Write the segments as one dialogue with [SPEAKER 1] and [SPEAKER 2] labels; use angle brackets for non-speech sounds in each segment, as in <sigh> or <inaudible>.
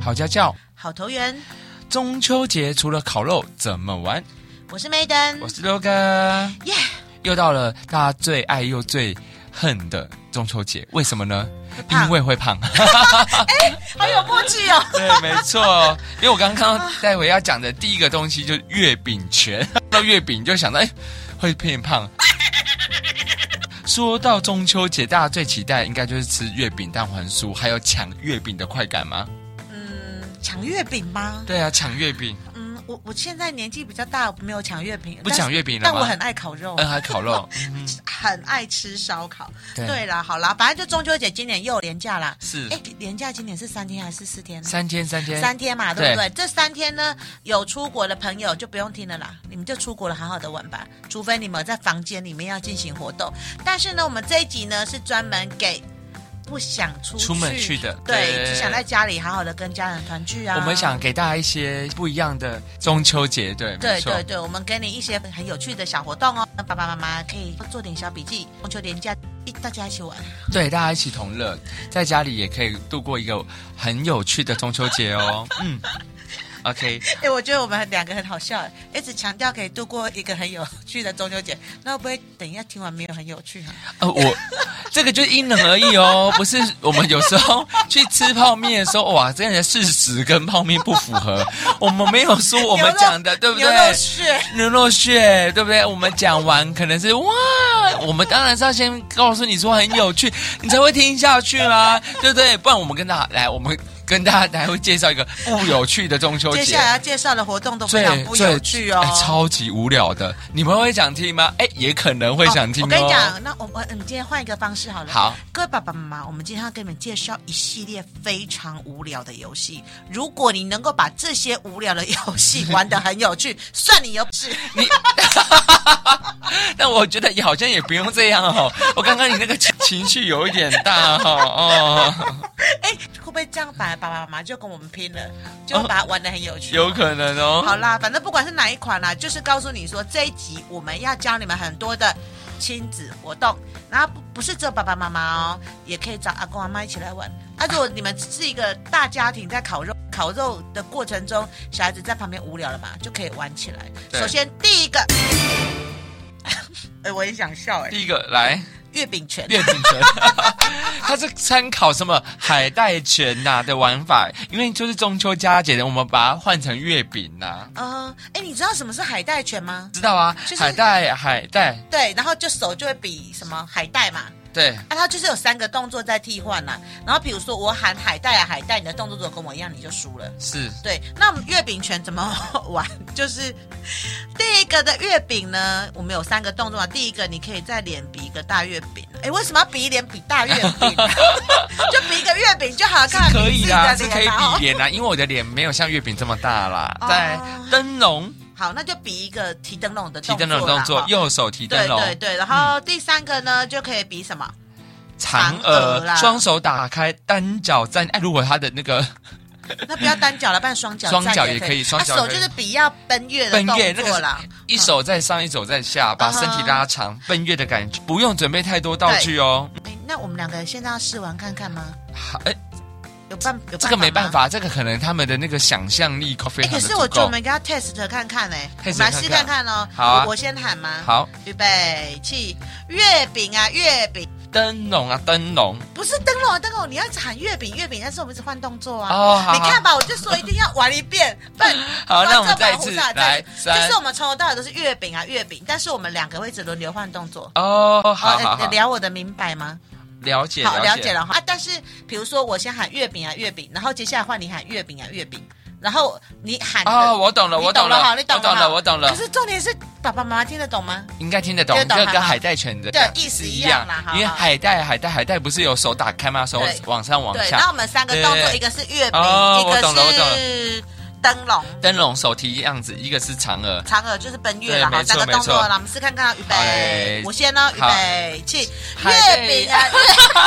[SPEAKER 1] 好家教。
[SPEAKER 2] 好投缘。
[SPEAKER 1] 中秋节除了烤肉怎么玩？
[SPEAKER 2] 我是 Maiden，
[SPEAKER 1] 我是 Logan，
[SPEAKER 2] 耶
[SPEAKER 1] 又到了大家最爱又最恨的中秋节，为什么呢？
[SPEAKER 2] 胖
[SPEAKER 1] 因为会 <laughs> 胖。
[SPEAKER 2] 好有默契哦。
[SPEAKER 1] 对，没错，因为我刚刚待会要讲的第一个东西就是月饼拳，到月饼就想到哎会变胖。说到中秋节，大家最期待应该就是吃月饼、蛋黄酥，还有抢月饼的快感吗？
[SPEAKER 2] 嗯，抢月饼吗？
[SPEAKER 1] 对啊，抢月饼，
[SPEAKER 2] 嗯，我我现在年纪比较大，没有抢月饼，
[SPEAKER 1] 不抢月饼了
[SPEAKER 2] 但
[SPEAKER 1] 吗
[SPEAKER 2] 我很爱烤肉，
[SPEAKER 1] 嗯，还有烤肉，嗯
[SPEAKER 2] 很爱吃烧烤。
[SPEAKER 1] <laughs> 对
[SPEAKER 2] 对啦，好啦，反正就中秋节今年又廉价啦。
[SPEAKER 1] 是
[SPEAKER 2] 哎，廉价今年是三天还是四天呢？
[SPEAKER 1] 三天三天
[SPEAKER 2] 三天嘛，对不对？这三天呢，有出国的朋友就不用听了啦，你们就出国了，好好的玩吧。除非你们在房间里面要进行活动，但是呢，我们这一集呢是专门给不想出
[SPEAKER 1] 出门去的
[SPEAKER 2] 对，
[SPEAKER 1] 对
[SPEAKER 2] 只想在家里好好的跟家人团聚啊。
[SPEAKER 1] 我们想。给大家一些不一样的中秋节，对，没
[SPEAKER 2] 对
[SPEAKER 1] 错
[SPEAKER 2] 对，对，我们给你一些很有趣的小活动哦，那爸爸妈妈可以做点小笔记，中秋连假一大家一起玩。
[SPEAKER 1] 对，大家一起同乐，在家里也可以度过一个很有趣的中秋节
[SPEAKER 2] <laughs>
[SPEAKER 1] 哦。嗯，OK，
[SPEAKER 2] <laughs> 哎，我觉得我们两个很好笑，一直强调可以度过一个很有趣的中秋节，那会不会等一下听完没有很有趣啊？
[SPEAKER 1] 呃，我这个就是因人而异
[SPEAKER 2] <laughs>
[SPEAKER 1] 哦，不是我们有时候去吃泡面的时候，哇，真的事实跟泡面不符合，我们没有说我们讲的，对不
[SPEAKER 2] 牛肉
[SPEAKER 1] 对？
[SPEAKER 2] 血。
[SPEAKER 1] 牛肉屑，对不对？我们讲完可能是哇，我们当然是要先告诉你说很有趣，你才会听下去啦， <laughs> 对不对？不然我们跟大家来，我们跟大家来会介绍一个不有趣的中秋
[SPEAKER 2] 接
[SPEAKER 1] 节
[SPEAKER 2] 下。来要介绍的活动都非
[SPEAKER 1] 最
[SPEAKER 2] 常不有趣哦
[SPEAKER 1] 最哎。超级无聊的，你们会想听吗？哎，也可能会想听、哦
[SPEAKER 2] 我跟你，讲，那我我我们今天换一个方式好了。
[SPEAKER 1] 好，
[SPEAKER 2] 各位爸爸妈妈，我们今天要给你们介绍一系列非常无聊的游戏。如果你能够把这些无聊的游戏玩得很有趣， <laughs> 算你有本事。
[SPEAKER 1] 但我觉得也好像也不用这样哦。 <laughs> 我刚刚你那个情情绪有一点大哦，哦，
[SPEAKER 2] 哎，会不会这样？反而爸爸妈妈就跟我们拼了，
[SPEAKER 1] 哦
[SPEAKER 2] 就把它玩得很有趣。
[SPEAKER 1] 有可能哦。
[SPEAKER 2] 好啦，反正不管是哪一款啦，就是告诉你说这一集我们要教你们很多的亲子活动，然后不不是只有爸爸妈妈哦，也可以找阿公阿妈一起来玩。啊，如果你们是一个大家庭在烤肉，烤肉的过程中，小孩子在旁边无聊了嘛，就可以玩起来。
[SPEAKER 1] 对
[SPEAKER 2] 首先第一个， <laughs> 哎、我也想笑哎、
[SPEAKER 1] 第一个来
[SPEAKER 2] 月饼拳。
[SPEAKER 1] 月饼拳， <laughs> 它是参考什么海带拳呐、的玩法，因为就是中秋佳节的，我们把它换成月饼呐、
[SPEAKER 2] 呃，哎，你知道什么是海带拳吗？
[SPEAKER 1] 知道啊？
[SPEAKER 2] 就是
[SPEAKER 1] 海带海带，
[SPEAKER 2] 对，然后就手就会比什么海带嘛，
[SPEAKER 1] 对
[SPEAKER 2] 啊，它就是有三个动作在替换啦、啊然后比如说我喊海带啊海带，你的动作如果跟我一样，你就输了。
[SPEAKER 1] 是。
[SPEAKER 2] 对，那我们月饼拳怎么玩？ <laughs> 就是第一个的月饼呢，我们有三个动作嘛。第一个，你可以在脸比一个大月饼。哎，为什么要比脸比大
[SPEAKER 1] <laughs>
[SPEAKER 2] 月饼？就比一个月饼就好，
[SPEAKER 1] 是
[SPEAKER 2] 看好
[SPEAKER 1] 可
[SPEAKER 2] 你
[SPEAKER 1] 以
[SPEAKER 2] 自己
[SPEAKER 1] 啦，
[SPEAKER 2] 的
[SPEAKER 1] 是可以
[SPEAKER 2] 脸啊
[SPEAKER 1] 比脸啦，因为我的脸没有像月饼这么大啦。
[SPEAKER 2] 哦
[SPEAKER 1] 在灯笼
[SPEAKER 2] 哦好，那就比一个提灯笼的
[SPEAKER 1] 提
[SPEAKER 2] 动作
[SPEAKER 1] 灯
[SPEAKER 2] 啦。
[SPEAKER 1] 笼动作
[SPEAKER 2] 哈，
[SPEAKER 1] 右手提灯
[SPEAKER 2] 对
[SPEAKER 1] 笼，
[SPEAKER 2] 对对，然后第三个呢，就可以比什么？
[SPEAKER 1] 嫦
[SPEAKER 2] 嫦娥啦
[SPEAKER 1] 娥，双手打开，单脚站。哎，如果他的那个
[SPEAKER 2] 那不要单脚了，办双脚
[SPEAKER 1] 双
[SPEAKER 2] 站
[SPEAKER 1] 脚
[SPEAKER 2] 也
[SPEAKER 1] 也可以双
[SPEAKER 2] 啊
[SPEAKER 1] 脚
[SPEAKER 2] 手
[SPEAKER 1] 可
[SPEAKER 2] 就
[SPEAKER 1] 以
[SPEAKER 2] 是比要
[SPEAKER 1] <laughs>
[SPEAKER 2] 奔月的
[SPEAKER 1] 奔
[SPEAKER 2] 动
[SPEAKER 1] 月那
[SPEAKER 2] 作
[SPEAKER 1] 个
[SPEAKER 2] 啦。
[SPEAKER 1] 一手在上，一手在下，把
[SPEAKER 2] 嗯哼
[SPEAKER 1] 身体拉长，奔月的感觉，不用准备太多道具哦。
[SPEAKER 2] 哎，那我们两个现在要试玩看看吗？
[SPEAKER 1] 好哎，
[SPEAKER 2] 有办有
[SPEAKER 1] 这个没办
[SPEAKER 2] 法吗。
[SPEAKER 1] 法，这个可能他们的那个想象力非
[SPEAKER 2] 哎，
[SPEAKER 1] 常的
[SPEAKER 2] 可是我觉得我
[SPEAKER 1] 足够。
[SPEAKER 2] 们应该要 test 看看呢、
[SPEAKER 1] test
[SPEAKER 2] 哎我们来试看看哦。
[SPEAKER 1] 好啊
[SPEAKER 2] 我我先喊吗？，
[SPEAKER 1] 好，
[SPEAKER 2] 预备起，月饼啊，月饼，
[SPEAKER 1] 灯笼啊，灯笼
[SPEAKER 2] 不是灯笼啊，灯笼，你要一直喊月饼，月饼，但是我们一直换动作啊。
[SPEAKER 1] 哦，好
[SPEAKER 2] 你看
[SPEAKER 1] 好
[SPEAKER 2] 吧，我就说一定要玩一遍，
[SPEAKER 1] <laughs>
[SPEAKER 2] 不然
[SPEAKER 1] 好，
[SPEAKER 2] 观
[SPEAKER 1] 那
[SPEAKER 2] 众
[SPEAKER 1] 我们再一
[SPEAKER 2] 保护
[SPEAKER 1] 次
[SPEAKER 2] 伞
[SPEAKER 1] 来，
[SPEAKER 2] 就
[SPEAKER 1] 三
[SPEAKER 2] 是我们从头到尾都是月饼啊月饼，但是我们两个会一直轮流换动作。
[SPEAKER 1] 哦，好
[SPEAKER 2] 呃
[SPEAKER 1] 好好，
[SPEAKER 2] 聊我的明白吗？
[SPEAKER 1] 了解
[SPEAKER 2] 好，了
[SPEAKER 1] 了
[SPEAKER 2] 解了哈。啊，但是比如说我先喊月饼啊月饼，然后接下来换你喊月饼啊月饼，然后你喊的
[SPEAKER 1] 哦，我懂了，
[SPEAKER 2] 你
[SPEAKER 1] 我
[SPEAKER 2] 懂
[SPEAKER 1] 了，
[SPEAKER 2] 哈，你
[SPEAKER 1] 我懂
[SPEAKER 2] 了
[SPEAKER 1] 了，
[SPEAKER 2] 哈，
[SPEAKER 1] 我懂了
[SPEAKER 2] 可。是重点是爸爸妈妈听得懂吗？
[SPEAKER 1] 应该听得懂，
[SPEAKER 2] 听得懂
[SPEAKER 1] 这个跟
[SPEAKER 2] 还好
[SPEAKER 1] 海带犬的
[SPEAKER 2] 对
[SPEAKER 1] 意
[SPEAKER 2] 意
[SPEAKER 1] 思
[SPEAKER 2] 思
[SPEAKER 1] 一
[SPEAKER 2] 一
[SPEAKER 1] 样
[SPEAKER 2] 样啦，好
[SPEAKER 1] 因为
[SPEAKER 2] 好
[SPEAKER 1] 海带海带海带不是有手打开吗？手
[SPEAKER 2] 对
[SPEAKER 1] 往上往
[SPEAKER 2] 对，那
[SPEAKER 1] 下，
[SPEAKER 2] 我们三个动作，
[SPEAKER 1] 对
[SPEAKER 2] 一个是月饼，
[SPEAKER 1] 哦
[SPEAKER 2] 一
[SPEAKER 1] 我懂了我懂了
[SPEAKER 2] 个是灯笼，
[SPEAKER 1] 灯笼手提样子，一个是嫦娥，
[SPEAKER 2] 嫦娥就是奔月
[SPEAKER 1] 对
[SPEAKER 2] 了哈，
[SPEAKER 1] 没错
[SPEAKER 2] 三个动作
[SPEAKER 1] 没错
[SPEAKER 2] 了，我们试看看，预
[SPEAKER 1] 好嘞
[SPEAKER 2] 备，我先哦呢，预
[SPEAKER 1] 好
[SPEAKER 2] 备起，
[SPEAKER 1] 海
[SPEAKER 2] 月
[SPEAKER 1] <laughs>
[SPEAKER 2] 饼啊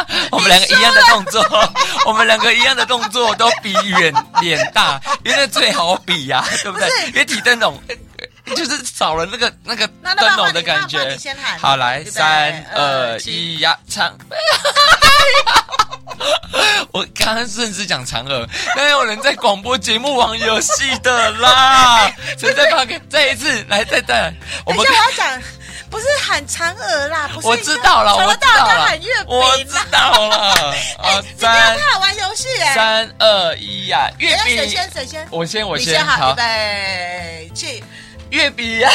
[SPEAKER 2] 月
[SPEAKER 1] 我们两个一样的动作， <laughs> 我们两个一样的动作啊都比脸脸大，因为那最好比呀、对不对？因为提灯笼。呃就是少了那个那个
[SPEAKER 2] 那那
[SPEAKER 1] 灯
[SPEAKER 2] 换
[SPEAKER 1] 笼
[SPEAKER 2] 你
[SPEAKER 1] 的感
[SPEAKER 2] 那换
[SPEAKER 1] 觉
[SPEAKER 2] 你。先喊，
[SPEAKER 1] 好，来
[SPEAKER 2] 预备
[SPEAKER 1] 三二，一呀，唱。
[SPEAKER 2] <laughs>
[SPEAKER 1] 我刚刚甚至讲嫦娥，但有人在广播节目玩游戏的
[SPEAKER 2] <laughs>
[SPEAKER 1] 啦。谁在旁边？再一次，来，再再来。我
[SPEAKER 2] 等
[SPEAKER 1] 们
[SPEAKER 2] 一下我要讲，不是喊嫦娥啦，不是
[SPEAKER 1] 我知道了，
[SPEAKER 2] 嫦
[SPEAKER 1] 我
[SPEAKER 2] 娥
[SPEAKER 1] 知
[SPEAKER 2] 大
[SPEAKER 1] 道
[SPEAKER 2] 家
[SPEAKER 1] 了
[SPEAKER 2] 喊月，
[SPEAKER 1] 我
[SPEAKER 2] 饼
[SPEAKER 1] 知
[SPEAKER 2] 啦。
[SPEAKER 1] 道了。啊，
[SPEAKER 2] 你不要
[SPEAKER 1] 三
[SPEAKER 2] 怕玩游戏哎，
[SPEAKER 1] 三二一呀，月
[SPEAKER 2] 等一下谁
[SPEAKER 1] 饼。
[SPEAKER 2] 先谁先？
[SPEAKER 1] 我先，我
[SPEAKER 2] 你先好，
[SPEAKER 1] 好
[SPEAKER 2] 预。备起。
[SPEAKER 1] 月饼啊呀、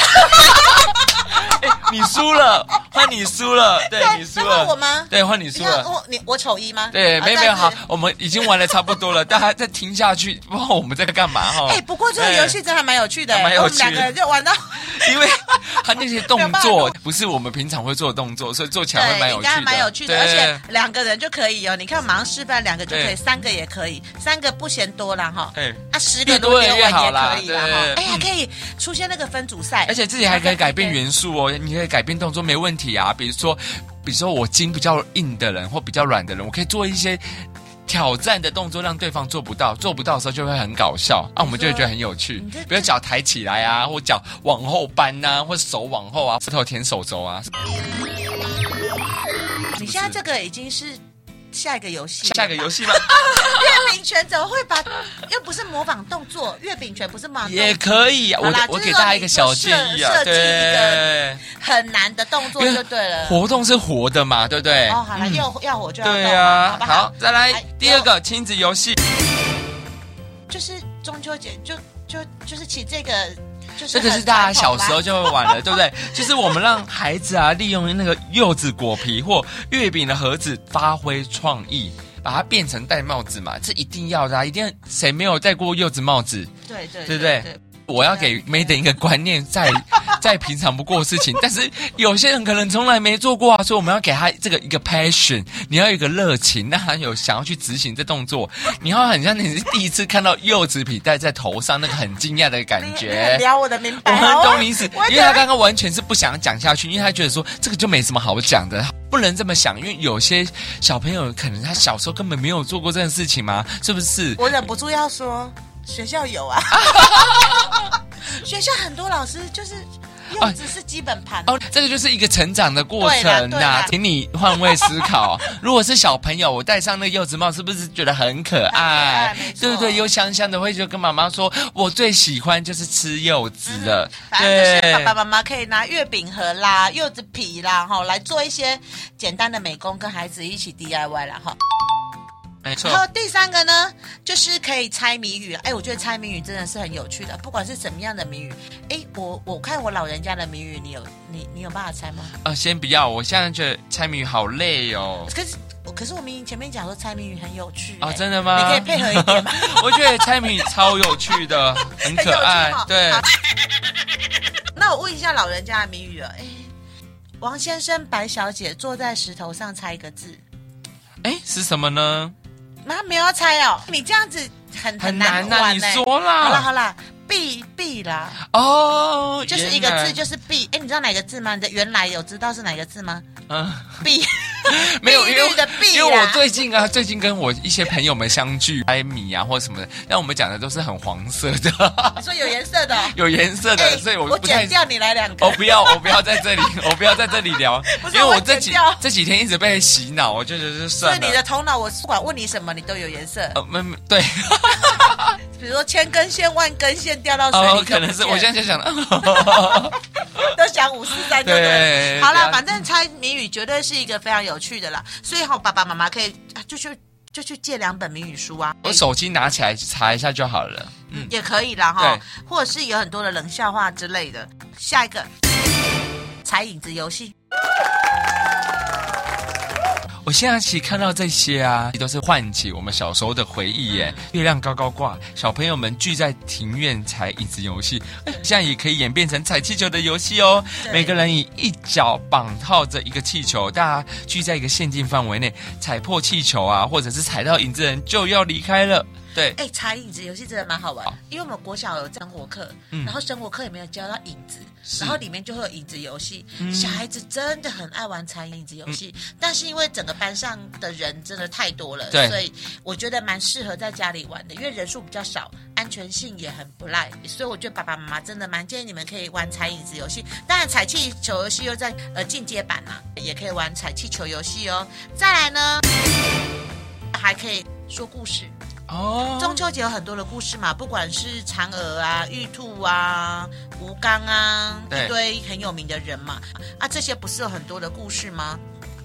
[SPEAKER 1] 哎你输了， <laughs> 换你输了，对
[SPEAKER 2] 那
[SPEAKER 1] 你输
[SPEAKER 2] 哎那换我
[SPEAKER 1] 了，
[SPEAKER 2] 吗？
[SPEAKER 1] 对，换你
[SPEAKER 2] 你
[SPEAKER 1] 输
[SPEAKER 2] 看
[SPEAKER 1] 了。
[SPEAKER 2] 我你我丑一吗？啊
[SPEAKER 1] 对，没有
[SPEAKER 2] 再
[SPEAKER 1] 没有
[SPEAKER 2] 一次
[SPEAKER 1] 好，我们已经玩的差不多了，大家再停下去，不知道我们在干嘛哈。
[SPEAKER 2] 哎，不过这个游戏真的还蛮有趣的，哎
[SPEAKER 1] 还蛮有
[SPEAKER 2] 我们两
[SPEAKER 1] 趣
[SPEAKER 2] 个人就玩到，
[SPEAKER 1] <laughs> 因为他那些动
[SPEAKER 2] 没有办法
[SPEAKER 1] 作
[SPEAKER 2] 弄
[SPEAKER 1] 不是我们平常会做的动作，所以做起来会蛮
[SPEAKER 2] 对，
[SPEAKER 1] 有
[SPEAKER 2] 哎应
[SPEAKER 1] 趣的，
[SPEAKER 2] 该蛮有趣的，
[SPEAKER 1] 对
[SPEAKER 2] 而且两个人就可以哦。你看，马上示范两个就可
[SPEAKER 1] 对
[SPEAKER 2] 以，三个也可以，三个不嫌多啦哈。
[SPEAKER 1] 对
[SPEAKER 2] 啊，十
[SPEAKER 1] 越
[SPEAKER 2] 个
[SPEAKER 1] 多
[SPEAKER 2] 多
[SPEAKER 1] 人
[SPEAKER 2] 点
[SPEAKER 1] 越
[SPEAKER 2] 玩
[SPEAKER 1] 好
[SPEAKER 2] 也
[SPEAKER 1] 啦
[SPEAKER 2] 可以啦
[SPEAKER 1] 对
[SPEAKER 2] 哈
[SPEAKER 1] 对。
[SPEAKER 2] 哎呀，可以出现那个分组赛，
[SPEAKER 1] 而且自己还可以改变元素哦，你可以改变动作，没问题啊。比如说，比如说我筋比较硬的人或比较软的人，我可以做一些挑战的动作，让对方做不到。做不到的时候就会很搞笑啊，我们就会觉得很有趣
[SPEAKER 2] 你这。
[SPEAKER 1] 比如脚抬起来啊，或脚往后扳呐、或手往后啊，石头舔手肘啊。
[SPEAKER 2] 你现在这个已经是下一个游戏了，
[SPEAKER 1] 下一个游戏
[SPEAKER 2] <laughs>
[SPEAKER 1] 吗？ <laughs>
[SPEAKER 2] 月饼拳怎么会把？又不是模仿动作，月饼拳不是模仿
[SPEAKER 1] <laughs>
[SPEAKER 2] 动
[SPEAKER 1] 也
[SPEAKER 2] 作，
[SPEAKER 1] 可以啊，我
[SPEAKER 2] 好啦
[SPEAKER 1] 我
[SPEAKER 2] 就是
[SPEAKER 1] 给
[SPEAKER 2] 说
[SPEAKER 1] 大家
[SPEAKER 2] 你
[SPEAKER 1] 一个
[SPEAKER 2] 就
[SPEAKER 1] 小
[SPEAKER 2] 设
[SPEAKER 1] 建议啊，
[SPEAKER 2] 设计一个
[SPEAKER 1] 对，
[SPEAKER 2] 很难的动作
[SPEAKER 1] 因为
[SPEAKER 2] 就对了。
[SPEAKER 1] 活动是活的嘛，对不对？
[SPEAKER 2] 哦，好了，
[SPEAKER 1] 嗯
[SPEAKER 2] 要要我就要
[SPEAKER 1] 对
[SPEAKER 2] 动嘛
[SPEAKER 1] 啊
[SPEAKER 2] 好，不
[SPEAKER 1] 好，再来
[SPEAKER 2] 哎
[SPEAKER 1] 第二个亲子游戏。
[SPEAKER 2] 就是中秋节就就就是起这个，就是
[SPEAKER 1] 这个是
[SPEAKER 2] 很
[SPEAKER 1] 大家
[SPEAKER 2] 传
[SPEAKER 1] 小
[SPEAKER 2] 统
[SPEAKER 1] 时候
[SPEAKER 2] 啦
[SPEAKER 1] 就会玩了，对不对？就是我们让孩子啊，利用那个柚子果皮或月饼的盒子发挥创意，把它变成戴帽子嘛，这一定要的、啊，一定谁没有戴过柚子帽子？
[SPEAKER 2] 对对
[SPEAKER 1] 对不对
[SPEAKER 2] 对
[SPEAKER 1] 我要给 Maiden 一个观念，再再平常不过的事情，但是有些人可能从来没做过啊，所以我们要给他这个一个 passion，你要有一个热情，让他有想要去执行这动作。你要很像你是第一次看到柚子皮戴在头上那个很惊讶的感
[SPEAKER 2] 你
[SPEAKER 1] 觉，
[SPEAKER 2] 你很聊我的明
[SPEAKER 1] 我
[SPEAKER 2] 白，
[SPEAKER 1] 很
[SPEAKER 2] 好啊
[SPEAKER 1] 懂 <laughs> 你意思，
[SPEAKER 2] 我
[SPEAKER 1] 因为他刚刚完全是不想讲下去，因为他觉得说这个就没什么好讲的，不能这么想，因为有些小朋友可能他小时候根本没有做过这件事情嘛，是不是？
[SPEAKER 2] 我忍不住要说，学校有啊，学校很多老师就是
[SPEAKER 1] 哎
[SPEAKER 2] 柚子是基本盘，
[SPEAKER 1] 哦，这个就是一个成长的过程
[SPEAKER 2] 对啦
[SPEAKER 1] 呐、
[SPEAKER 2] 对啦
[SPEAKER 1] 请你换位思
[SPEAKER 2] <laughs>
[SPEAKER 1] 考。如果是小朋友，我戴上那个柚子帽，是不是觉得很可爱？
[SPEAKER 2] 很可爱没错
[SPEAKER 1] 对不对？又香香的，会就跟妈妈说，我最喜欢就是吃柚子了。
[SPEAKER 2] 嗯反正就是爸爸妈妈可以拿月饼盒啦、柚子皮啦，哈，来做一些简单的美工，跟孩子一起 DIY 啦，哈。
[SPEAKER 1] 没错
[SPEAKER 2] 然。后第三个呢，就是可以猜谜语。哎，我觉得猜谜语真的是很有趣的，不管是什么样的谜语。哎，我我看我老人家的谜语，你有你你有办法猜吗？
[SPEAKER 1] 啊，先不要，我现在觉得猜谜语好累哦。
[SPEAKER 2] 可是可是我明明前面讲说猜谜语很有趣、
[SPEAKER 1] 哦，
[SPEAKER 2] 哎
[SPEAKER 1] 真的吗？
[SPEAKER 2] 你可以配合一点吗？ <laughs>
[SPEAKER 1] <laughs> 我觉得猜谜超有趣的，很可爱
[SPEAKER 2] 很有趣哈。
[SPEAKER 1] 对，
[SPEAKER 2] 好那我问一下老人家的谜语了，哎，王先生、白小姐坐在石头上，猜一个字。
[SPEAKER 1] 哎，是什么呢？
[SPEAKER 2] 妈没有要猜哦，你这样子很
[SPEAKER 1] 很
[SPEAKER 2] 难
[SPEAKER 1] 难呐，
[SPEAKER 2] 玩
[SPEAKER 1] 你
[SPEAKER 2] 呢、
[SPEAKER 1] 说啊
[SPEAKER 2] 好啦
[SPEAKER 1] 啦。
[SPEAKER 2] 好啦，必必啦，
[SPEAKER 1] 哦，
[SPEAKER 2] 就是一个
[SPEAKER 1] 原来
[SPEAKER 2] 字，就是必。哎，你知道哪个字吗？你的原来有知道是哪个
[SPEAKER 1] <laughs>
[SPEAKER 2] 字吗？
[SPEAKER 1] 嗯，
[SPEAKER 2] 必
[SPEAKER 1] 没有，
[SPEAKER 2] <laughs> 碧
[SPEAKER 1] 因
[SPEAKER 2] 绿
[SPEAKER 1] 为
[SPEAKER 2] 的碧
[SPEAKER 1] 因为
[SPEAKER 2] 啦
[SPEAKER 1] 我最近啊，最近跟我一些朋友们相聚，猜谜啊或什么的，但我们讲的都是很黄色的， <laughs>
[SPEAKER 2] 说有颜色的哦、
[SPEAKER 1] 有颜色的
[SPEAKER 2] 哎，
[SPEAKER 1] 所以我
[SPEAKER 2] 我
[SPEAKER 1] 不太哦
[SPEAKER 2] 剪。掉你来两个
[SPEAKER 1] 我。不要，我不要在这里， <laughs> 我不要在这里聊，
[SPEAKER 2] 不
[SPEAKER 1] 因
[SPEAKER 2] 是
[SPEAKER 1] 为我
[SPEAKER 2] 我
[SPEAKER 1] 这
[SPEAKER 2] 剪
[SPEAKER 1] 几
[SPEAKER 2] 掉
[SPEAKER 1] 这几天一直被洗脑，我就觉得是啊
[SPEAKER 2] 所以
[SPEAKER 1] 算了
[SPEAKER 2] 你。的头脑，我不管问你什么，你都有颜色。
[SPEAKER 1] 呃，没没
[SPEAKER 2] <laughs>
[SPEAKER 1] 对，
[SPEAKER 2] 比如说千根线、万根线掉到水里就
[SPEAKER 1] 哦，
[SPEAKER 2] 不见
[SPEAKER 1] 可
[SPEAKER 2] 了，
[SPEAKER 1] 能是我现在就想，
[SPEAKER 2] 都想五四三就
[SPEAKER 1] 对
[SPEAKER 2] 对了。好
[SPEAKER 1] 不要
[SPEAKER 2] 了，反正猜谜语绝对是一个非常有趣的啦，所以好爸爸妈妈可以啊就去就去借两本谜语书啊，
[SPEAKER 1] 我手机拿起来查一下就好了。嗯，
[SPEAKER 2] 也可以啦哈，或者是有很多的冷笑话之类的。下一个，踩影子游戏，
[SPEAKER 1] 我现在其实看到这些啊，都是唤起我们小时候的回忆耶。
[SPEAKER 2] 嗯
[SPEAKER 1] 月亮高高挂，小朋友们聚在庭院踩椅子游戏，哎现在也可以演变成踩气球的游戏哦。
[SPEAKER 2] 对
[SPEAKER 1] 每个人以一脚绑套着一个气球，大家聚在一个限定范围内，踩破气球啊，或者是踩到影子人就要离开了。对，
[SPEAKER 2] 哎，踩影子游戏真的蛮好玩
[SPEAKER 1] 好，
[SPEAKER 2] 哦因为我们国小有生活课
[SPEAKER 1] 嗯，
[SPEAKER 2] 然后生活课也没有教到影子，
[SPEAKER 1] 是嗯
[SPEAKER 2] 然后里面就会有椅子游戏。小孩子真的很爱玩猜椅子游戏，但是因为整个班上的人真的太多了，
[SPEAKER 1] 对
[SPEAKER 2] 所以我觉得蛮适合在家里玩的，因为人数比较少，安全性也很不赖。所以我觉得爸爸妈妈真的蛮建议你们可以玩踩椅子游戏。当然，踩气球游戏又在呃进阶版啦、也可以玩踩气球游戏哦。再来呢，还可以说故事。
[SPEAKER 1] 哦，
[SPEAKER 2] 中秋节有很多的故事嘛，不管是嫦娥啊、玉兔啊、吴刚啊，
[SPEAKER 1] 对
[SPEAKER 2] 一堆很有名的人嘛，啊，这些不是有很多的故事吗？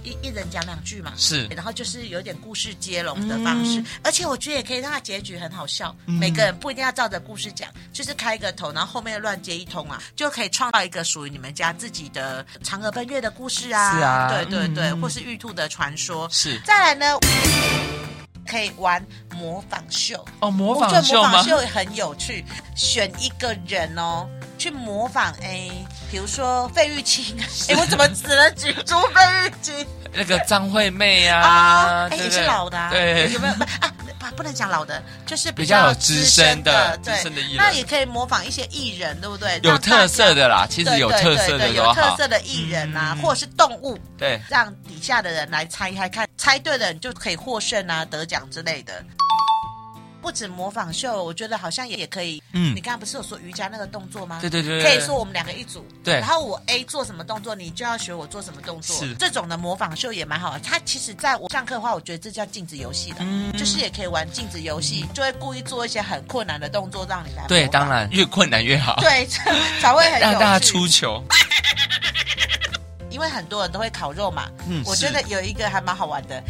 [SPEAKER 2] 一一人讲两句嘛，
[SPEAKER 1] 是嗯
[SPEAKER 2] 然后就是有点故事接龙的方式，而且我觉得也可以让它结局很好笑。每个人不一定要照着故事讲，就是开一个头，然后后面乱接一通啊，就可以创造一个属于你们家自己的嫦娥奔月的故事啊，
[SPEAKER 1] 是啊
[SPEAKER 2] 对对对，
[SPEAKER 1] 嗯
[SPEAKER 2] 或是玉兔的传说。
[SPEAKER 1] 是
[SPEAKER 2] 再来呢，可以玩模仿秀。
[SPEAKER 1] 哦，模
[SPEAKER 2] 我觉得
[SPEAKER 1] 仿秀
[SPEAKER 2] 模
[SPEAKER 1] 吗
[SPEAKER 2] 仿？秀很有趣，选一个人哦，去模仿哎，比如说费
[SPEAKER 1] <laughs>
[SPEAKER 2] 玉清，哎，我怎么只能举出费玉清
[SPEAKER 1] 那个张惠妹啊，
[SPEAKER 2] 哎，
[SPEAKER 1] 对
[SPEAKER 2] 也
[SPEAKER 1] 不
[SPEAKER 2] 是
[SPEAKER 1] 对？
[SPEAKER 2] 老的、啊，
[SPEAKER 1] 对
[SPEAKER 2] 有，没有不啊？不，不能讲老的，就是
[SPEAKER 1] 比较
[SPEAKER 2] 较
[SPEAKER 1] 有资深的
[SPEAKER 2] 对，
[SPEAKER 1] 资深的艺人
[SPEAKER 2] 那也可以模仿一些艺人，对不对？
[SPEAKER 1] 有
[SPEAKER 2] 让大家
[SPEAKER 1] 特色，的啦，其实
[SPEAKER 2] 对
[SPEAKER 1] 有
[SPEAKER 2] 对
[SPEAKER 1] 特
[SPEAKER 2] 对
[SPEAKER 1] 色的
[SPEAKER 2] 对
[SPEAKER 1] 都
[SPEAKER 2] 有特
[SPEAKER 1] 好，嗯
[SPEAKER 2] 色的艺人啊，或者是动物，
[SPEAKER 1] 对，
[SPEAKER 2] 让底下的人来猜猜看，猜对了你就可以获胜啊，得奖之类的。不止模仿秀，我觉得好像也也可以。
[SPEAKER 1] 嗯
[SPEAKER 2] 你刚刚不是有说瑜伽那个动作吗？
[SPEAKER 1] 对对对，对
[SPEAKER 2] 可以说我们两个一组，
[SPEAKER 1] 对
[SPEAKER 2] 然后我 A 做什么动作，你就要学我做什么动作。
[SPEAKER 1] 是
[SPEAKER 2] 这种的模仿秀也蛮好玩。它其实在我上课的话，我觉得这叫镜子游戏了，
[SPEAKER 1] 嗯
[SPEAKER 2] 就是也可以玩镜子游戏，就会故意做一些很困难的动作让你来模仿。
[SPEAKER 1] 对，当然越困难越好，
[SPEAKER 2] 对，这 <laughs> 才会很有趣
[SPEAKER 1] 让大家出糗。 <laughs>
[SPEAKER 2] 因为很多人都会烤肉嘛，
[SPEAKER 1] 嗯
[SPEAKER 2] 我
[SPEAKER 1] 是
[SPEAKER 2] 觉得有一个还蛮好玩的，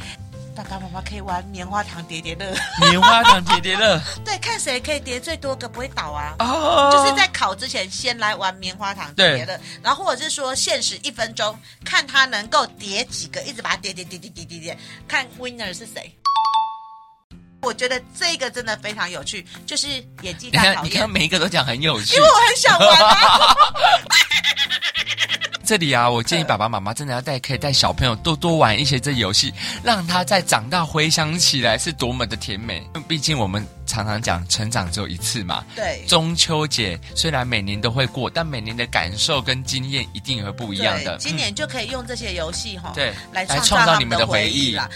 [SPEAKER 2] 爸爸妈妈可以玩棉花糖叠叠乐，
[SPEAKER 1] 棉花糖叠叠乐
[SPEAKER 2] <laughs> 对，看谁可以叠最多个不会倒啊。
[SPEAKER 1] 哦，
[SPEAKER 2] 就是在烤之前，先来玩棉花糖叠叠乐，然后或者是说限时一分钟，看他能够叠几个，一直把它叠叠叠叠叠叠叠，看 winner 是谁。我觉得这个真的非常有趣，就是演技
[SPEAKER 1] 你
[SPEAKER 2] 大
[SPEAKER 1] 看，
[SPEAKER 2] 考
[SPEAKER 1] 你
[SPEAKER 2] 验
[SPEAKER 1] 看，，每一个都讲很有趣
[SPEAKER 2] 因为。我很想玩啊。
[SPEAKER 1] <laughs> 这里啊，我建议爸爸妈妈真的要带可以带小朋友多多玩一些这游戏，让他在长大回想起来是多么的甜美。毕竟我们常常讲成长只有一次嘛。
[SPEAKER 2] 对，
[SPEAKER 1] 中秋节虽然每年都会过，但每年的感受跟经验一定也会不一样的
[SPEAKER 2] 对。今年就可以用这些游戏哈，
[SPEAKER 1] 对
[SPEAKER 2] 来
[SPEAKER 1] 来
[SPEAKER 2] 创
[SPEAKER 1] 创造
[SPEAKER 2] 他
[SPEAKER 1] 你
[SPEAKER 2] 们
[SPEAKER 1] 们
[SPEAKER 2] 的
[SPEAKER 1] 的
[SPEAKER 2] 回
[SPEAKER 1] 回
[SPEAKER 2] 忆
[SPEAKER 1] 忆
[SPEAKER 2] 啦。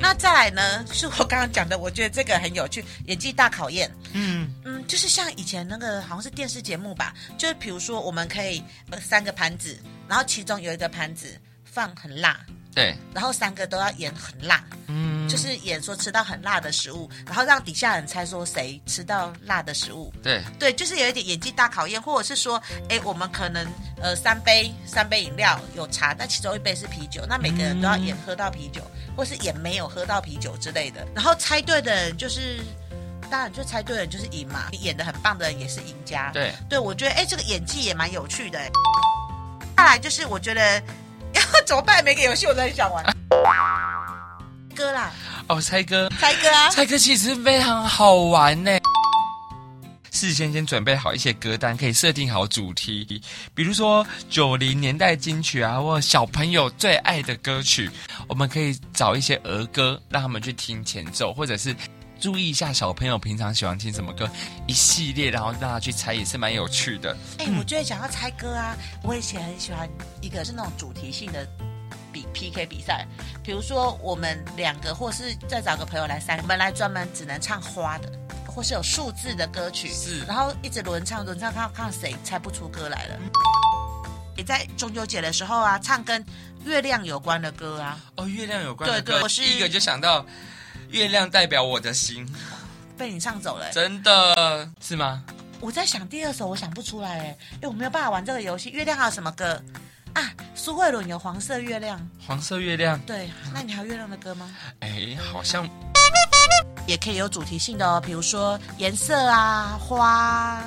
[SPEAKER 2] 那再来呢，是我刚刚讲的，我觉得这个很有趣，演技大考验。
[SPEAKER 1] 嗯，
[SPEAKER 2] 嗯，就是像以前那个好像是电视节目吧，就是比如说我们可以呃三个盘子，然后其中有一个盘子放很辣，
[SPEAKER 1] 对，
[SPEAKER 2] 然后三个都要演很辣，
[SPEAKER 1] 嗯，
[SPEAKER 2] 就是演说吃到很辣的食物，然后让底下人猜说谁吃到辣的食物。
[SPEAKER 1] 对，
[SPEAKER 2] 对，就是有一点演技大考验，或者是说，哎，我们可能呃三杯三杯饮料有茶，但其中一杯是啤酒，那每个人都要演喝到啤酒，或是演没有喝到啤酒之类的。然后猜对的人就是，当然就猜对的人就是赢嘛，你演的很棒的人也是赢家。
[SPEAKER 1] 对，
[SPEAKER 2] 对，我觉得哎，这个演技也蛮有趣的。哎再来就是我觉得 <laughs> 要怎么办？每个游戏我都很想玩。 <laughs> 歌啦，
[SPEAKER 1] 哦，猜歌，
[SPEAKER 2] 猜歌啊！
[SPEAKER 1] 猜歌其实非常好玩呢。事先先准备好一些歌单，可以设定好主题，比如说九零年代金曲啊，或小朋友最爱的歌曲，我们可以找一些儿歌，让他们去听前奏，或者是注意一下小朋友平常喜欢听什么歌，一系列，然后让他去猜，也是蛮有趣的。
[SPEAKER 2] 哎、我觉得想要猜歌啊，我以前很喜欢一个是那种主题性的比 PK 比赛，比如说我们两个，或是再找个朋友来三个，我们来专门只能唱花的，或是有数字的歌曲，
[SPEAKER 1] 是
[SPEAKER 2] 然后一直轮唱轮唱，看看谁猜不出歌来了。你在中秋节的时候啊，唱跟月亮有关的歌啊，
[SPEAKER 1] 哦，月亮有关的
[SPEAKER 2] 对
[SPEAKER 1] 歌，
[SPEAKER 2] 对我是
[SPEAKER 1] 第一个就想到月亮代表我的心，
[SPEAKER 2] 被你唱走了、欸。
[SPEAKER 1] 真的是吗？
[SPEAKER 2] 我在想第二首，我想不出来哎、欸，因为我没有办法玩这个游戏。月亮还有什么歌啊？苏慧伦有《黄色月亮》。
[SPEAKER 1] 黄色月亮，
[SPEAKER 2] 对，
[SPEAKER 1] 嗯
[SPEAKER 2] 那你还有月亮的歌吗？
[SPEAKER 1] 哎，好像
[SPEAKER 2] 也可以有主题性的哦，比如说颜色啊、花、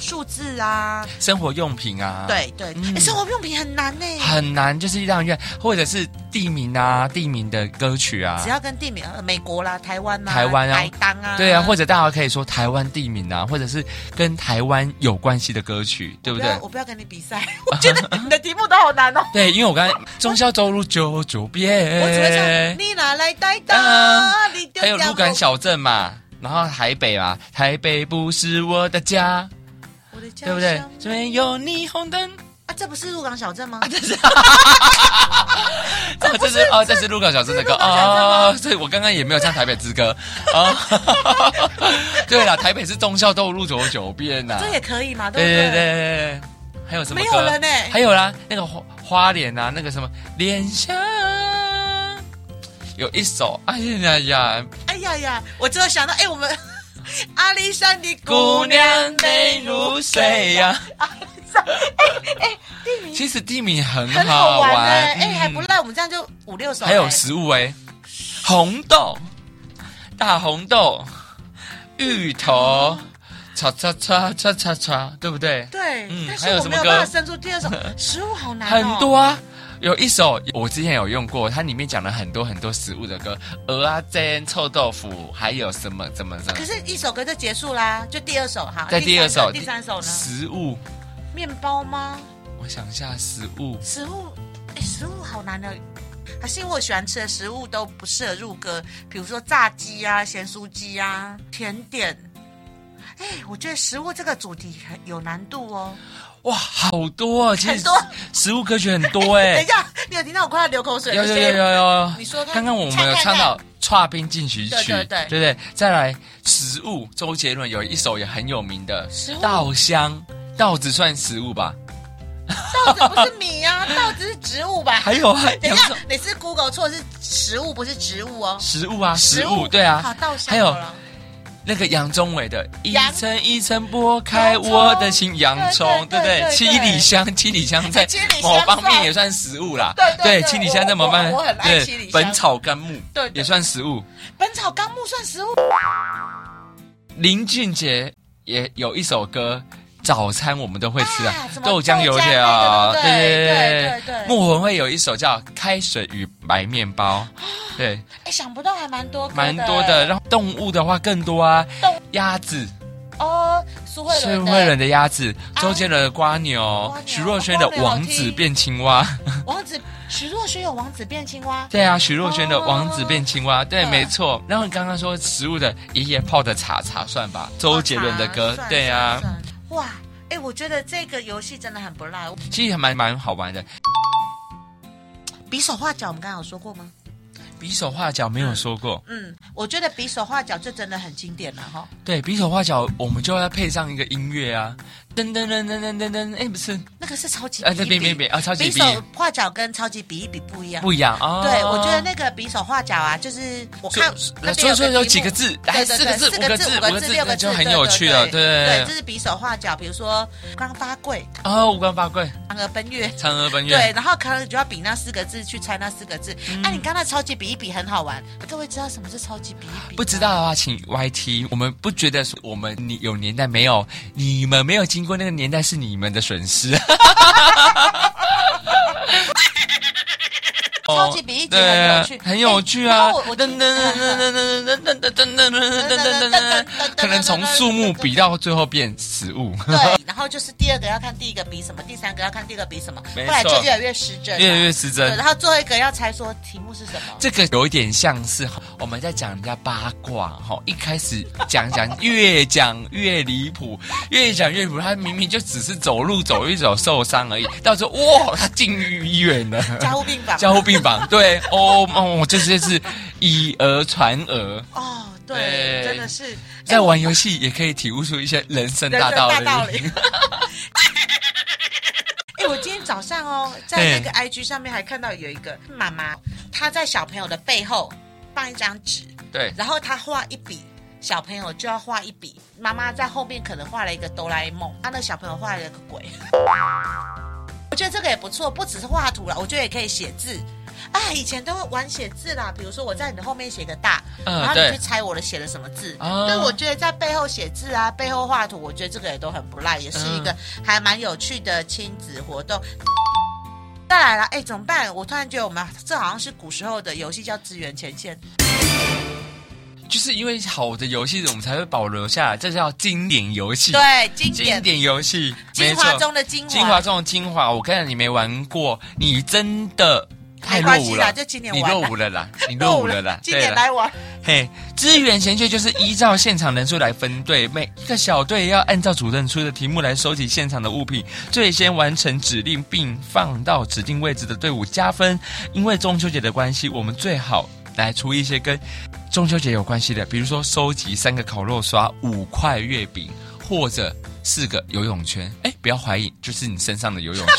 [SPEAKER 2] 数字啊，
[SPEAKER 1] 生活用品啊，。
[SPEAKER 2] 对对，哎
[SPEAKER 1] 嗯
[SPEAKER 2] 诶生活用品很难呢，
[SPEAKER 1] 很难，就是让人或者是地名啊，地名的歌曲啊
[SPEAKER 2] 只，要跟地名，呃美国啦、台湾啦、
[SPEAKER 1] 台湾啊
[SPEAKER 2] 台当啊，
[SPEAKER 1] 对啊，或
[SPEAKER 2] 者
[SPEAKER 1] 者大家可以说台湾地名啊，或者是跟台湾有关系的歌曲，对不
[SPEAKER 2] 不
[SPEAKER 1] 对
[SPEAKER 2] 要，？我不要跟你比赛， <laughs> 我觉
[SPEAKER 1] <laughs>
[SPEAKER 2] 得你的题目都好难哦，
[SPEAKER 1] 对，因为我刚才中校走路九九遍，
[SPEAKER 2] 我只会唱你哪来呆的，
[SPEAKER 1] 嗯
[SPEAKER 2] 你丢
[SPEAKER 1] 还有
[SPEAKER 2] 掉
[SPEAKER 1] 鹿港
[SPEAKER 2] 我
[SPEAKER 1] 小镇嘛，然后台北嘛，台北不是我的家，
[SPEAKER 2] 我的家
[SPEAKER 1] 对不对
[SPEAKER 2] 乡？
[SPEAKER 1] 这边有啊霓虹灯，
[SPEAKER 2] 啊，这不是鹿港小镇吗？
[SPEAKER 1] 哦，这是哦，这是鹿港小镇的歌
[SPEAKER 2] 这是鹿港小镇吗
[SPEAKER 1] 哦，所以我刚刚也没有唱台北之歌哦。 <laughs> 对了，台北是忠孝东路走九遍呐。
[SPEAKER 2] 这也可以嘛？
[SPEAKER 1] 对
[SPEAKER 2] 不
[SPEAKER 1] 对对对，对还有什么歌？
[SPEAKER 2] 没有了呢
[SPEAKER 1] 还有啦，那个花花脸啊，那个什么脸香，有一首哎呀呀，
[SPEAKER 2] 哎呀呀，我真的想到，哎，我们 <laughs> 阿里山的
[SPEAKER 1] 姑
[SPEAKER 2] 姑
[SPEAKER 1] 娘
[SPEAKER 2] 娘
[SPEAKER 1] 美
[SPEAKER 2] 美
[SPEAKER 1] 如
[SPEAKER 2] 如
[SPEAKER 1] 水
[SPEAKER 2] 水
[SPEAKER 1] 呀、
[SPEAKER 2] 呀、
[SPEAKER 1] <laughs>
[SPEAKER 2] 哎
[SPEAKER 1] 其实地名很
[SPEAKER 2] 很
[SPEAKER 1] 好
[SPEAKER 2] 好
[SPEAKER 1] 玩，
[SPEAKER 2] 玩呢、哎、还不
[SPEAKER 1] 嗯
[SPEAKER 2] 赖，我们这样就五六首、
[SPEAKER 1] 还有
[SPEAKER 2] 哎
[SPEAKER 1] 食物哎、红豆、大红豆、芋头，叉叉叉叉叉叉，对不对？
[SPEAKER 2] 对，
[SPEAKER 1] 嗯
[SPEAKER 2] 但
[SPEAKER 1] 还有
[SPEAKER 2] 是我
[SPEAKER 1] 什
[SPEAKER 2] 没
[SPEAKER 1] 么
[SPEAKER 2] 有办法
[SPEAKER 1] 歌
[SPEAKER 2] 生出
[SPEAKER 1] <laughs>
[SPEAKER 2] 第二首，食物好难、哦，
[SPEAKER 1] 很多啊，有一首我之前有用过，它里面讲了很多很多食物的歌，鹅啊煎臭豆腐，还有什么怎么怎么
[SPEAKER 2] 可。是，一首歌就结束啦，就第二首哈。
[SPEAKER 1] 在第二首，
[SPEAKER 2] 第三首第三首呢？
[SPEAKER 1] 食物，
[SPEAKER 2] 面包吗？
[SPEAKER 1] 我想一下，食物
[SPEAKER 2] 食物？哎，食物好难的。还是因为我喜欢吃的食物都不适合入歌，比如说炸鸡啊、咸酥鸡啊、甜点。哎，我觉得食物这个主题很有难度哦。
[SPEAKER 1] 哇，好多啊！其
[SPEAKER 2] 很
[SPEAKER 1] 实
[SPEAKER 2] 多
[SPEAKER 1] 食物歌曲很多哎、
[SPEAKER 2] <laughs> 等一下，你有听到我快要流口水
[SPEAKER 1] 有
[SPEAKER 2] 了？
[SPEAKER 1] 有
[SPEAKER 2] 谢谢
[SPEAKER 1] 有有有，
[SPEAKER 2] 你说看
[SPEAKER 1] 刚刚我们有唱到《跨冰进行曲》，
[SPEAKER 2] 对对对
[SPEAKER 1] 对不对再来食物，周杰伦有一首也很有名的
[SPEAKER 2] 食物
[SPEAKER 1] 《稻香》，稻子算食物吧？
[SPEAKER 2] 稻子不是米啊，
[SPEAKER 1] <laughs>
[SPEAKER 2] 稻子是植物吧？
[SPEAKER 1] 还有啊还
[SPEAKER 2] 等
[SPEAKER 1] 有
[SPEAKER 2] 一
[SPEAKER 1] 一
[SPEAKER 2] 下
[SPEAKER 1] 首，
[SPEAKER 2] 你是 Google 错是食物，不是植物哦。
[SPEAKER 1] 食物啊，食物对啊
[SPEAKER 2] 好，稻香
[SPEAKER 1] 还有
[SPEAKER 2] 好了
[SPEAKER 1] 那个杨宗纬的“一
[SPEAKER 2] 洋
[SPEAKER 1] 层一层剥开我的心”，洋葱对
[SPEAKER 2] 对
[SPEAKER 1] 不
[SPEAKER 2] 对
[SPEAKER 1] 对？
[SPEAKER 2] 对
[SPEAKER 1] 七
[SPEAKER 2] 对哎
[SPEAKER 1] 里香，七里香在
[SPEAKER 2] 七里香
[SPEAKER 1] 某方面
[SPEAKER 2] 算
[SPEAKER 1] 也算食物啦
[SPEAKER 2] 对。对对
[SPEAKER 1] 七里香在某方面
[SPEAKER 2] 我我很爱七里
[SPEAKER 1] 对
[SPEAKER 2] 香
[SPEAKER 1] 本草纲目
[SPEAKER 2] 对对
[SPEAKER 1] 也算食物。
[SPEAKER 2] 《本草纲目》算食物，
[SPEAKER 1] 林俊杰也有一首歌。早餐我们都会吃啊，
[SPEAKER 2] 啊什么
[SPEAKER 1] 豆浆油条，
[SPEAKER 2] 豆浆那个
[SPEAKER 1] 对
[SPEAKER 2] 对对对
[SPEAKER 1] 莫文蔚有一首叫《开水与白面包》，
[SPEAKER 2] 啊
[SPEAKER 1] 对，
[SPEAKER 2] 哎，想不到还蛮多歌
[SPEAKER 1] 蛮多的。然后动物的话更多啊
[SPEAKER 2] 动，
[SPEAKER 1] 鸭子，
[SPEAKER 2] 哦，苏慧
[SPEAKER 1] 孙
[SPEAKER 2] 伦
[SPEAKER 1] 慧
[SPEAKER 2] 的
[SPEAKER 1] 伦的鸭子，
[SPEAKER 2] 啊
[SPEAKER 1] 周杰伦的瓜牛
[SPEAKER 2] 瓜牛，
[SPEAKER 1] 徐若瑄的王子变青蛙，
[SPEAKER 2] 王子，徐若瑄有王子变青蛙，
[SPEAKER 1] 对啊，徐若瑄的王子变青蛙，对，
[SPEAKER 2] 哦嗯
[SPEAKER 1] 没错。然后你刚刚说食物的爷爷泡的茶茶算吧，周杰伦的歌，
[SPEAKER 2] 哦算
[SPEAKER 1] 对啊，。
[SPEAKER 2] 算算哇，哎，我觉得这个游戏真的很不赖。
[SPEAKER 1] 其实还蛮蛮好玩的。
[SPEAKER 2] 比手画脚，我们刚刚有说过吗？
[SPEAKER 1] 比手画脚没有说过，
[SPEAKER 2] 嗯，我觉得比手画脚这真的很经典了哈。
[SPEAKER 1] 对比手画脚，我们就要配上一个音乐啊，噔噔噔噔噔噔噔，哎，不是，
[SPEAKER 2] 那个是超级
[SPEAKER 1] 啊，
[SPEAKER 2] 比
[SPEAKER 1] 对，
[SPEAKER 2] 一
[SPEAKER 1] 别
[SPEAKER 2] 比
[SPEAKER 1] 别别，啊，超级
[SPEAKER 2] 比
[SPEAKER 1] 比
[SPEAKER 2] 手画脚跟超级比一比不一样。
[SPEAKER 1] 不一样啊，
[SPEAKER 2] 对，我觉得那个比手画脚啊，就是我看那
[SPEAKER 1] 那
[SPEAKER 2] 边
[SPEAKER 1] 说说有
[SPEAKER 2] 题
[SPEAKER 1] 几个
[SPEAKER 2] 目
[SPEAKER 1] 字，
[SPEAKER 2] 对
[SPEAKER 1] 来
[SPEAKER 2] 对
[SPEAKER 1] 四
[SPEAKER 2] 对，
[SPEAKER 1] 个字、
[SPEAKER 2] 四
[SPEAKER 1] 五
[SPEAKER 2] 个
[SPEAKER 1] 个
[SPEAKER 2] 字、
[SPEAKER 1] 字、
[SPEAKER 2] 五个字、
[SPEAKER 1] 那
[SPEAKER 2] 六个字
[SPEAKER 1] 就很有趣了，
[SPEAKER 2] 对，
[SPEAKER 1] 对
[SPEAKER 2] 这。是比手画脚。比如说“刚发贵，
[SPEAKER 1] 啊，五官八怪，
[SPEAKER 2] 嫦娥奔月
[SPEAKER 1] 嫦娥”，奔月，
[SPEAKER 2] 对，然后可能你就要比那四个字去猜那四个字。哎，你刚才超级比一比很好玩，各位知道什么是超级比一比？
[SPEAKER 1] 不知道的话，请 YT。我们不觉得说我们你有年代没有，你们没有经过那个年代是你们的损失。
[SPEAKER 2] 超级比一集很有趣
[SPEAKER 1] 对很有趣
[SPEAKER 2] 哎
[SPEAKER 1] 啊
[SPEAKER 2] 然后我！我
[SPEAKER 1] 噔噔噔噔噔噔噔噔噔噔噔噔噔噔，可能从树木比到最后变食物，
[SPEAKER 2] 对，然后就是第二个要看第一个比什么，第三个要看第二个比什么，后
[SPEAKER 1] 没
[SPEAKER 2] 来就
[SPEAKER 1] 错
[SPEAKER 2] 越来越失真了，
[SPEAKER 1] 越来越失
[SPEAKER 2] 对，
[SPEAKER 1] 真。
[SPEAKER 2] 然后最后一个要猜说题目是什么。
[SPEAKER 1] 这个有一点像是我们在讲人家八卦哈，一开始讲讲越讲越离谱，越讲越离谱。他明明就只是走路走一走受伤而已，到时候哇，他进医院了，
[SPEAKER 2] <laughs> 加护病房
[SPEAKER 1] 加护病房。对，哦哦，这些是以讹传讹。
[SPEAKER 2] 哦，对，
[SPEAKER 1] 对
[SPEAKER 2] 真的是
[SPEAKER 1] 在玩游戏也可以体悟出一些人生
[SPEAKER 2] 人
[SPEAKER 1] 大
[SPEAKER 2] 生
[SPEAKER 1] 道
[SPEAKER 2] 大
[SPEAKER 1] 理。
[SPEAKER 2] 道 <laughs> 理。哎、我今天早上哦，在那个 IG 上面还看到有一个妈妈，她在小朋友的背后放一张纸，
[SPEAKER 1] 对，
[SPEAKER 2] 然后她画一笔，小朋友就要画一笔，妈妈在后面可能画了一个哆啦 A 梦，她那小朋友画了个鬼。 <laughs> 我觉得这个也不错，不只是画图了，我觉得也可以写字。哎，以前都会玩写字啦，比如说我在你的后面写个大，
[SPEAKER 1] 嗯
[SPEAKER 2] 然后你
[SPEAKER 1] 对
[SPEAKER 2] 去猜我的写了什么字。
[SPEAKER 1] 啊
[SPEAKER 2] 对，我觉得在背后写字啊，背后画图，我觉得这个也都很不赖，也是一个
[SPEAKER 1] 嗯
[SPEAKER 2] 还蛮有趣的亲子活动。再来了，哎，怎么办？我突然觉得我们这好像是古时候的游戏，叫资源前线。
[SPEAKER 1] 嗯就是因为好的游戏，我们才会保留下来，这叫经典游戏。
[SPEAKER 2] 对，经典
[SPEAKER 1] 经典游戏，没
[SPEAKER 2] 精
[SPEAKER 1] 错。
[SPEAKER 2] 华中的精华。
[SPEAKER 1] 精华中的精华，我看你没玩过，你真的太
[SPEAKER 2] 没
[SPEAKER 1] 落
[SPEAKER 2] 关
[SPEAKER 1] 伍
[SPEAKER 2] 系
[SPEAKER 1] 了
[SPEAKER 2] 啦，就今年
[SPEAKER 1] 你
[SPEAKER 2] 玩
[SPEAKER 1] 落
[SPEAKER 2] 啦
[SPEAKER 1] 伍了啦，你落伍了啦，
[SPEAKER 2] 今
[SPEAKER 1] 对
[SPEAKER 2] 年
[SPEAKER 1] 啦
[SPEAKER 2] 来玩，啊
[SPEAKER 1] 嘿，资源衔接就是依照现场人数来分队，每一个小队要按照主任出的题目来收集现场的物品，最先完成指令并放到指定位置的队伍加分。因为中秋节的关系，我们最好来出一些跟中秋节有关系的，比如说收集三个烤肉刷、五块月饼，或者四个游泳圈。哎，不要怀疑，就是你身上的游泳圈。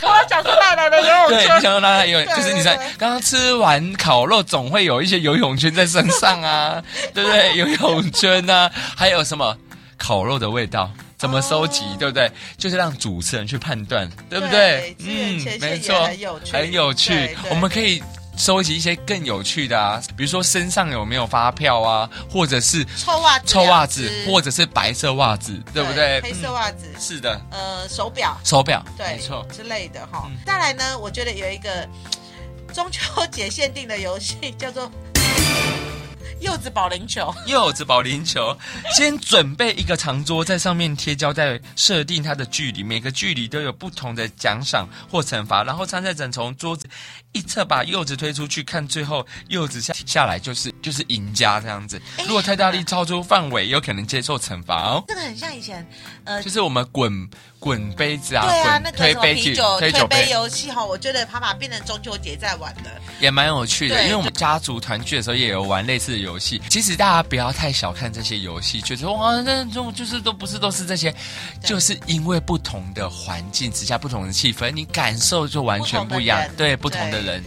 [SPEAKER 2] 突然想说哪来的游泳
[SPEAKER 1] 对，你
[SPEAKER 2] 圈？
[SPEAKER 1] 想要让他游泳，
[SPEAKER 2] 对
[SPEAKER 1] 就是你在
[SPEAKER 2] 对对
[SPEAKER 1] 刚刚吃完烤肉，总会有一些游泳圈在身上
[SPEAKER 2] <laughs>
[SPEAKER 1] 啊，对不对？游泳圈啊，还有什么烤肉的味道？怎么收集，对不对？就是让主持人去判断，对不对
[SPEAKER 2] 对？资源前线也很有趣
[SPEAKER 1] 嗯很有趣
[SPEAKER 2] 对对
[SPEAKER 1] 我们可以收集一些更有趣的啊，比如说身上有没有发票啊，或者是
[SPEAKER 2] 臭袜子，
[SPEAKER 1] 臭袜子，
[SPEAKER 2] 两只
[SPEAKER 1] 或者是白色袜子，对不对？
[SPEAKER 2] 黑
[SPEAKER 1] 嗯
[SPEAKER 2] 色袜子，
[SPEAKER 1] 是的，
[SPEAKER 2] 呃，手表，
[SPEAKER 1] 手表，
[SPEAKER 2] 对，
[SPEAKER 1] 没错，
[SPEAKER 2] 之类的哈
[SPEAKER 1] 嗯。
[SPEAKER 2] 再来呢，我觉得有一个中秋节限定的游戏 <laughs> 叫做柚子保龄球，
[SPEAKER 1] 柚子保龄球，先准备一个长桌，在上面贴胶带，设定它的距离，每个距离都有不同的奖赏或惩罚。然后参赛者从桌子一侧把柚子推出去，看最后柚子下下来就是 <laughs> 就是赢家这样子。
[SPEAKER 2] 哎
[SPEAKER 1] 如果太大力超出范围，有可能接受惩罚哦。
[SPEAKER 2] 这个很像以前呃。
[SPEAKER 1] 就是我们滚滚杯子啊，
[SPEAKER 2] 对啊，
[SPEAKER 1] 滚
[SPEAKER 2] 那个
[SPEAKER 1] 推
[SPEAKER 2] 什么
[SPEAKER 1] 杯
[SPEAKER 2] 啤
[SPEAKER 1] 子
[SPEAKER 2] 酒、
[SPEAKER 1] 推
[SPEAKER 2] 推
[SPEAKER 1] 酒
[SPEAKER 2] 杯
[SPEAKER 1] 杯
[SPEAKER 2] 游戏哈，我觉得它把它变成中秋节在玩的。
[SPEAKER 1] 也蛮有趣的，
[SPEAKER 2] 对
[SPEAKER 1] 因为我们家族团聚的时候也有玩类似的游戏。其实大家不要太小看这些游戏，觉得哇，那种就是都不是都是这些，
[SPEAKER 2] 对
[SPEAKER 1] 就是因为不同的环境之下、不同的气氛，你感受就完全不一样。
[SPEAKER 2] 不同的人
[SPEAKER 1] 对，不同的人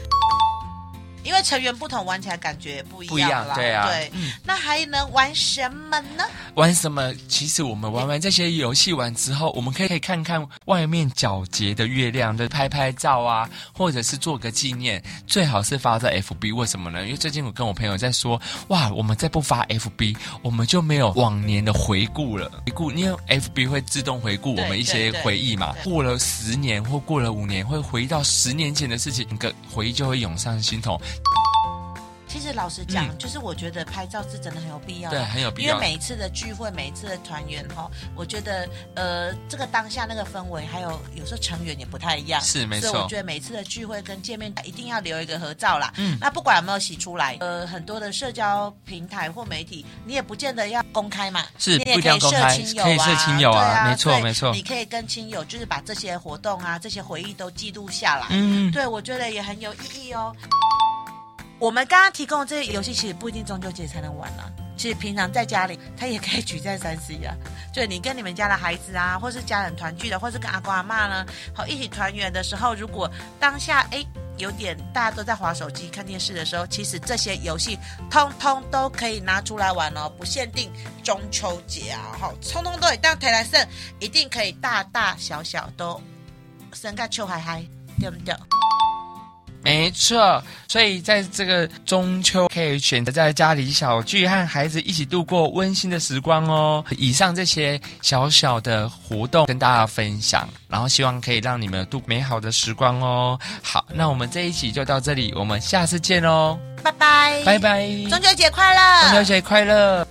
[SPEAKER 2] 因为成员不同，玩起来感觉不一
[SPEAKER 1] 不一样
[SPEAKER 2] 样啦。，
[SPEAKER 1] 对啊。嗯
[SPEAKER 2] 那还能玩什么呢？
[SPEAKER 1] 玩什么？其实我们玩完这些游戏完之后，我们可以可以看看外面皎洁的月亮，就拍拍照啊，或者是做个纪念，最好是发在 FB。为什么呢？因为最近我跟我朋友在说，哇，我们再不发 FB，我们就没有往年的回顾了。回顾，因为 FB 会自动回顾我们一些
[SPEAKER 2] 对对对
[SPEAKER 1] 回忆嘛。
[SPEAKER 2] 对
[SPEAKER 1] 过了十年或过了五年，会回到十年前的事情，整个回忆就会涌上心头。
[SPEAKER 2] 其实老实讲，
[SPEAKER 1] 嗯
[SPEAKER 2] 就是我觉得拍照是真的很有必要的，
[SPEAKER 1] 对很有必要
[SPEAKER 2] 因为每一次的聚会，每一次的团圆哈，我觉得呃，这个当下那个氛围，还有有时候成员也不太一样，
[SPEAKER 1] 是没错
[SPEAKER 2] 所以我觉得每一次的聚会跟见面一定要留一个合照啦。嗯，那不管有没有洗出来，呃，很多的社交平台或媒体，你也不见得要公开嘛，
[SPEAKER 1] 是
[SPEAKER 2] 你也
[SPEAKER 1] 不一定要公开
[SPEAKER 2] 可以设亲友啊，
[SPEAKER 1] 可以设亲友啊
[SPEAKER 2] 对啊
[SPEAKER 1] 没错
[SPEAKER 2] 所以
[SPEAKER 1] 没错
[SPEAKER 2] 你可以跟亲友就是把这些活动啊、这些回忆都记录下来。
[SPEAKER 1] 嗯，
[SPEAKER 2] 对，我觉得也很有意义哦。我们刚刚提供的这个游戏，其实不一定中秋节才能玩啦、其实平常在家里，它也可以举在三十一啊。就你跟你们家的孩子啊，或是家人团聚的，或是跟阿公阿妈呢，好一起团圆的时候，如果当下哎有点大家都在划手机、看电视的时候，其实这些游戏通通都可以拿出来玩哦，不限定中秋节啊，哈，通通都可以当台南胜，一定可以大大小小都生个秋嗨嗨，对不对？
[SPEAKER 1] 没错，所以在这个中秋可以选择在家里小聚，和孩子一起度过温馨的时光哦。以上这些小小的活动跟大家分享，然后希望可以让你们度美好的时光哦。好，那我们这一期就到这里，我们下次见哦，
[SPEAKER 2] 拜拜，
[SPEAKER 1] 拜拜，
[SPEAKER 2] 中秋节快乐，
[SPEAKER 1] 中秋节快乐！